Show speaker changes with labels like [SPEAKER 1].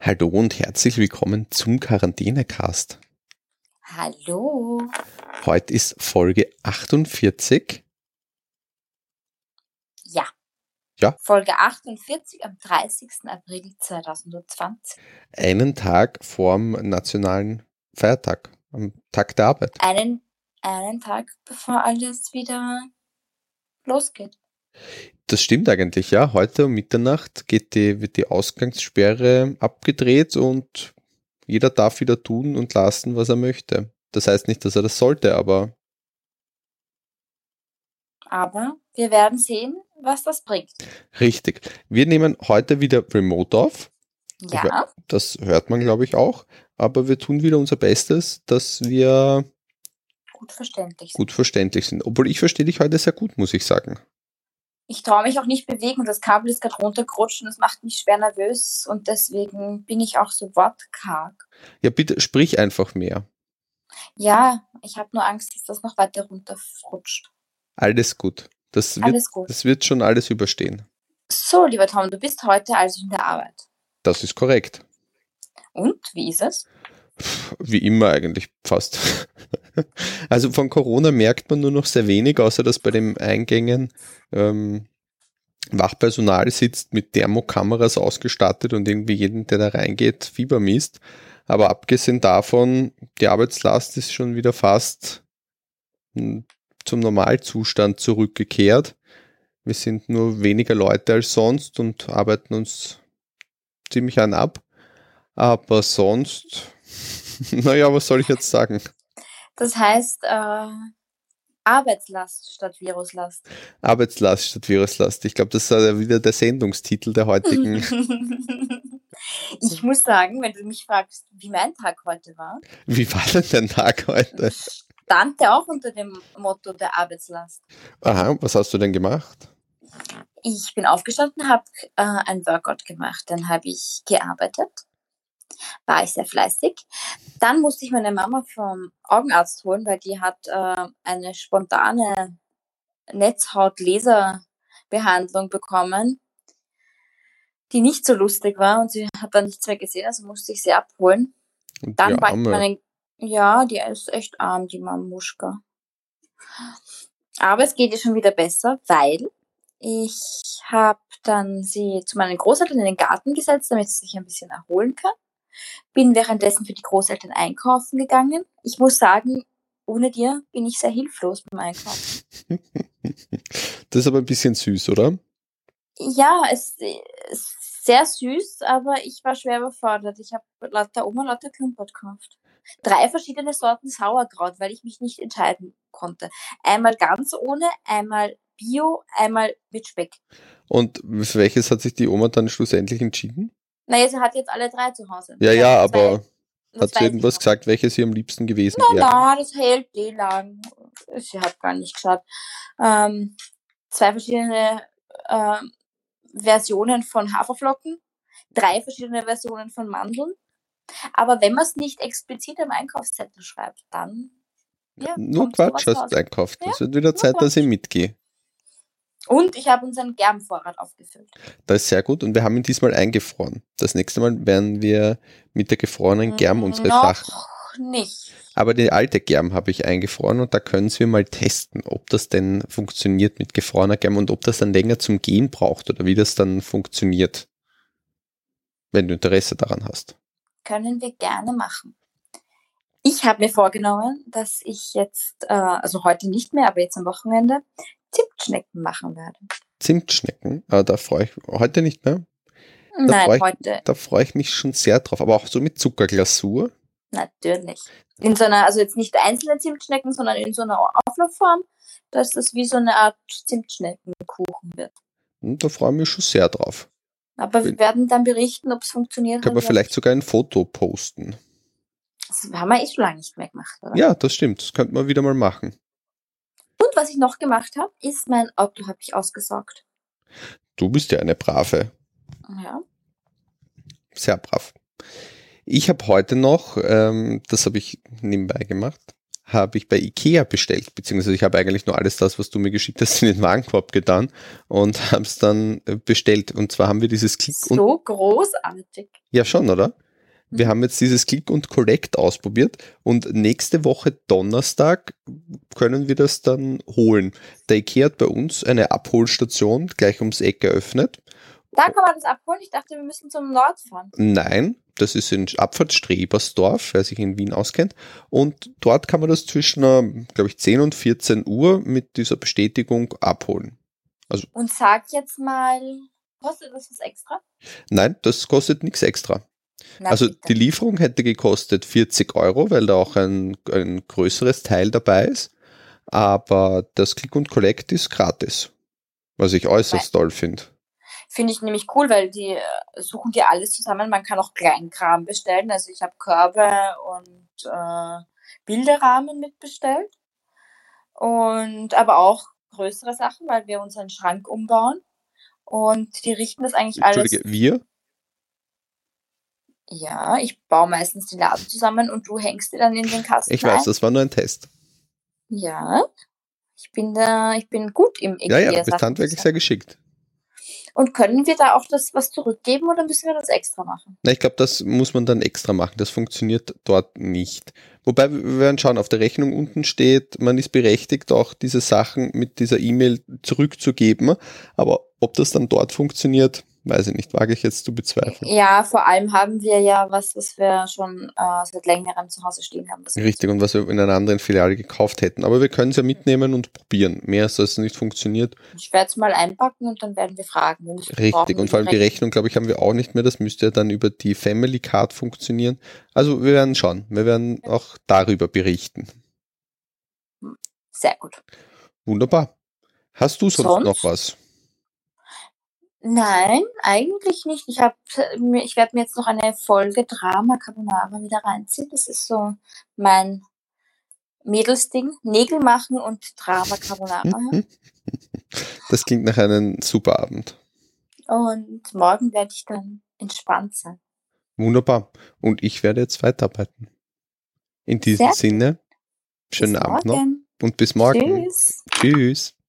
[SPEAKER 1] Hallo und herzlich willkommen zum Quarantänecast.
[SPEAKER 2] Hallo.
[SPEAKER 1] Heute ist Folge 48.
[SPEAKER 2] Ja.
[SPEAKER 1] Ja.
[SPEAKER 2] Folge 48 am 30. April 2020.
[SPEAKER 1] Einen Tag vorm nationalen Feiertag, am Tag der Arbeit.
[SPEAKER 2] Einen, einen Tag bevor alles wieder losgeht.
[SPEAKER 1] Das stimmt eigentlich, ja. Heute um Mitternacht geht die, wird die Ausgangssperre abgedreht und jeder darf wieder tun und lassen, was er möchte. Das heißt nicht, dass er das sollte, aber
[SPEAKER 2] Aber wir werden sehen, was das bringt.
[SPEAKER 1] richtig. Wir nehmen heute wieder Remote auf.
[SPEAKER 2] Ja.
[SPEAKER 1] Das hört man, glaube ich, auch. Aber wir tun wieder unser Bestes, dass wir
[SPEAKER 2] Gut verständlich.
[SPEAKER 1] gut verständlich sind. Obwohl ich verstehe dich heute sehr gut, muss ich sagen.
[SPEAKER 2] Ich traue mich auch nicht bewegen und das Kabel ist gerade runtergerutscht und das macht mich schwer nervös und deswegen bin ich auch so wortkarg.
[SPEAKER 1] Ja, bitte sprich einfach mehr.
[SPEAKER 2] Ja, ich habe nur Angst, dass das noch weiter runterrutscht.
[SPEAKER 1] Alles gut. Das wird,
[SPEAKER 2] Alles gut.
[SPEAKER 1] das wird schon alles überstehen.
[SPEAKER 2] So, lieber Tom, du bist heute also in der Arbeit.
[SPEAKER 1] Das ist korrekt.
[SPEAKER 2] Und wie ist es?
[SPEAKER 1] Pff, Wie immer eigentlich fast. Also von Corona merkt man nur noch sehr wenig, außer dass bei den Eingängen ähm, Wachpersonal sitzt mit Thermokameras ausgestattet und irgendwie jeden, der da reingeht, Fieber misst. Aber abgesehen davon, die Arbeitslast ist schon wieder fast hm, zum Normalzustand zurückgekehrt. Wir sind nur weniger Leute als sonst und arbeiten uns ziemlich an ab. Aber sonst, naja, was soll ich jetzt sagen?
[SPEAKER 2] Das heißt, äh, Arbeitslast statt Viruslast.
[SPEAKER 1] Arbeitslast statt Viruslast. Ich glaube, das ist ja wieder der Sendungstitel der heutigen.
[SPEAKER 2] Mhm. ich muss sagen, wenn du mich fragst, wie mein Tag heute war,
[SPEAKER 1] Wie war denn der Tag heute?
[SPEAKER 2] stand er auch unter dem Motto der Arbeitslast.
[SPEAKER 1] Aha, was hast du denn gemacht?
[SPEAKER 2] Ich bin aufgestanden, habe äh, ein Workout gemacht, dann habe ich gearbeitet, war ich sehr fleißig. Dann musste ich meine Mama vom Augenarzt holen, weil die hat äh, eine spontane Netzhautlaserbehandlung bekommen, die nicht so lustig war und sie hat dann nichts mehr gesehen, also musste ich sie abholen.
[SPEAKER 1] Und
[SPEAKER 2] Dann
[SPEAKER 1] die
[SPEAKER 2] war ich
[SPEAKER 1] Arme.
[SPEAKER 2] meinen, ja, die ist echt arm, die Mamuschka. Aber es geht ihr schon wieder besser, weil ich habe dann sie zu meinen Großeltern in den Garten gesetzt, damit sie sich ein bisschen erholen kann. Bin währenddessen für die Großeltern einkaufen gegangen. Ich muss sagen, ohne dir bin ich sehr hilflos beim Einkaufen.
[SPEAKER 1] Das ist aber ein bisschen süß, oder?
[SPEAKER 2] Ja, es ist sehr süß, aber ich war schwer überfordert. Ich habe lauter Oma lauter Klumpert gekauft. Drei verschiedene Sorten Sauerkraut, weil ich mich nicht entscheiden konnte. Einmal ganz ohne, einmal bio, einmal mit Speck.
[SPEAKER 1] Und für welches hat sich die Oma dann schlussendlich entschieden?
[SPEAKER 2] Naja, sie hat jetzt alle drei zu Hause.
[SPEAKER 1] Ja,
[SPEAKER 2] Sie
[SPEAKER 1] ja,
[SPEAKER 2] hat zwei-
[SPEAKER 1] aber
[SPEAKER 2] nur
[SPEAKER 1] hat
[SPEAKER 2] zwei
[SPEAKER 1] sie irgendwas
[SPEAKER 2] Kinder.
[SPEAKER 1] gesagt, welches ihr am liebsten gewesen
[SPEAKER 2] Na,
[SPEAKER 1] wäre?
[SPEAKER 2] na, das hält eh lang. Sie hat gar nicht geschaut. Ähm, zwei verschiedene ähm, Versionen von Haferflocken, drei verschiedene Versionen von Mandeln. Aber wenn man es nicht explizit am Einkaufszettel schreibt, dann. Ja,
[SPEAKER 1] Nur
[SPEAKER 2] kommt sowas
[SPEAKER 1] Quatsch
[SPEAKER 2] raus.
[SPEAKER 1] hast du einkauft.
[SPEAKER 2] Ja,
[SPEAKER 1] Es wird wieder Zeit, dass ich mitgehe.
[SPEAKER 2] Und ich habe unseren Gerbenvorrat aufgefüllt.
[SPEAKER 1] Das ist sehr gut und wir haben ihn diesmal eingefroren. Das nächste Mal werden wir mit der gefrorenen Germ unsere
[SPEAKER 2] Mm, Noch
[SPEAKER 1] Sachen.
[SPEAKER 2] Nicht.
[SPEAKER 1] Aber die alte Germ habe ich eingefroren und da können wir mal testen, ob das denn funktioniert mit gefrorener Germ und ob das dann länger zum Gehen braucht oder wie das dann funktioniert. Wenn du Interesse daran hast.
[SPEAKER 2] können wir gerne machen. Ich habe mir vorgenommen, dass ich jetzt, äh, also heute nicht mehr, aber jetzt am Wochenende, Zimtschnecken machen werde.
[SPEAKER 1] Zimtschnecken, ah, da freue ich heute nicht mehr. freu
[SPEAKER 2] Nein,
[SPEAKER 1] ich-
[SPEAKER 2] heute
[SPEAKER 1] Da freue ich mich schon sehr drauf, aber auch so mit Zuckerglasur.
[SPEAKER 2] natürlich. In so einer, also jetzt nicht einzelne Zimtschnecken, sondern in so einer Auflaufform, dass das wie so eine Art Zimtschneckenkuchen wird.
[SPEAKER 1] Und hm, da freue ich mich schon sehr drauf.
[SPEAKER 2] Aber wir
[SPEAKER 1] Bin-
[SPEAKER 2] werden dann berichten, ob es funktioniert
[SPEAKER 1] Können wir
[SPEAKER 2] oder
[SPEAKER 1] vielleicht sogar ein Foto posten.
[SPEAKER 2] nicht. Das haben wir eh schon lange nicht mehr gemacht, oder?
[SPEAKER 1] Ja, das stimmt. Das könnte man wieder mal machen.
[SPEAKER 2] Und was ich noch gemacht habe, ist, mein Auto habe ich ausgesaugt.
[SPEAKER 1] Du bist ja eine brave.
[SPEAKER 2] Ja.
[SPEAKER 1] Sehr brav. Ich habe heute noch, ähm, das habe ich nebenbei gemacht, habe ich bei Ikea bestellt, beziehungsweise ich habe eigentlich nur alles das, was du mir geschickt hast, in den Warenkorb getan und habe es dann äh, bestellt. Und zwar haben wir dieses Klick und...
[SPEAKER 2] So großartig.
[SPEAKER 1] Ja, schon, oder? Wir haben jetzt dieses Click und Collect ausprobiert und nächste Woche Donnerstag können wir das dann holen. Der IKEA hat bei uns eine Abholstation gleich ums Eck eröffnet.
[SPEAKER 2] Da kann man das abholen. Ich dachte, wir müssen zum Nord fahren.
[SPEAKER 1] Nein, das ist in Abfahrt Strebersdorf, wer sich in Wien auskennt. Und dort kann man das zwischen, glaube ich, 10 und 14 Uhr mit dieser Bestätigung abholen.
[SPEAKER 2] Und sag jetzt mal, kostet das was extra?
[SPEAKER 1] Nein, das kostet nichts extra.
[SPEAKER 2] Na,
[SPEAKER 1] also
[SPEAKER 2] bitte.
[SPEAKER 1] die Lieferung hätte gekostet 40 Euro, weil da auch ein, ein größeres Teil dabei ist. Aber das Click und Collect ist gratis. Was ich äußerst toll finde.
[SPEAKER 2] Finde ich nämlich cool, weil die äh, suchen dir alles zusammen. Man kann auch Kleinkram bestellen. Also ich habe Körbe und äh, Bilderrahmen mitbestellt. Und aber auch größere Sachen, weil wir unseren Schrank umbauen. Und die richten das eigentlich alles.
[SPEAKER 1] Entschuldige, wir?
[SPEAKER 2] Ja, ich baue meistens die Laden zusammen und du hängst die dann in den Kasten.
[SPEAKER 1] Ich weiß,
[SPEAKER 2] ein.
[SPEAKER 1] das war nur ein Test.
[SPEAKER 2] Ja. Ich bin da, ich bin gut im
[SPEAKER 1] Ja, ja, du bist
[SPEAKER 2] Ikea-Sachen
[SPEAKER 1] handwerklich
[SPEAKER 2] zusammen.
[SPEAKER 1] sehr geschickt.
[SPEAKER 2] Und können wir da auch das was zurückgeben oder müssen wir das extra machen?
[SPEAKER 1] Na, ich glaube, das muss man dann extra machen. Das funktioniert dort nicht. Wobei wir werden schauen, auf der Rechnung unten steht, man ist berechtigt, auch diese Sachen mit dieser E-Mail zurückzugeben. Aber ob das dann dort funktioniert, weiß ich nicht. Wage ich jetzt zu bezweifeln.
[SPEAKER 2] Ja, vor allem haben wir ja was, was wir schon äh, seit längerem zu Hause stehen haben. Das
[SPEAKER 1] Richtig, und was wir in einer anderen Filiale gekauft hätten. Aber wir können es ja mitnehmen und probieren. Mehr als das nicht funktioniert.
[SPEAKER 2] Ich werde es mal einpacken und dann werden wir fragen. Wir halt müssen- brauchen
[SPEAKER 1] Richtig, und vor allem die
[SPEAKER 2] Rechnung.
[SPEAKER 1] Rechnung, glaube ich, haben wir auch nicht mehr. Das müsste ja dann über die Family Card funktionieren. Also wir werden schauen. Wir werden auch darüber berichten.
[SPEAKER 2] Sehr gut.
[SPEAKER 1] Wunderbar. Hast du sonst,
[SPEAKER 2] Sonst?
[SPEAKER 1] noch was?
[SPEAKER 2] Nein, eigentlich nicht. Ich, hab, mir- ich werde mir jetzt noch eine Folge Drama Carbonara wieder reinziehen. Das ist so mein Mädelsding. Nägel machen und Drama Carbonara.
[SPEAKER 1] Das klingt nach einem super Abend.
[SPEAKER 2] und morgen werde ich dann entspannt sein.
[SPEAKER 1] Wunderbar. Und ich werde jetzt weiterarbeiten. In diesem
[SPEAKER 2] Sehr gut.
[SPEAKER 1] Sinne,
[SPEAKER 2] Bis
[SPEAKER 1] schönen Abend noch
[SPEAKER 2] morgen.
[SPEAKER 1] und bis morgen.
[SPEAKER 2] Tschüss.
[SPEAKER 1] Tschüss.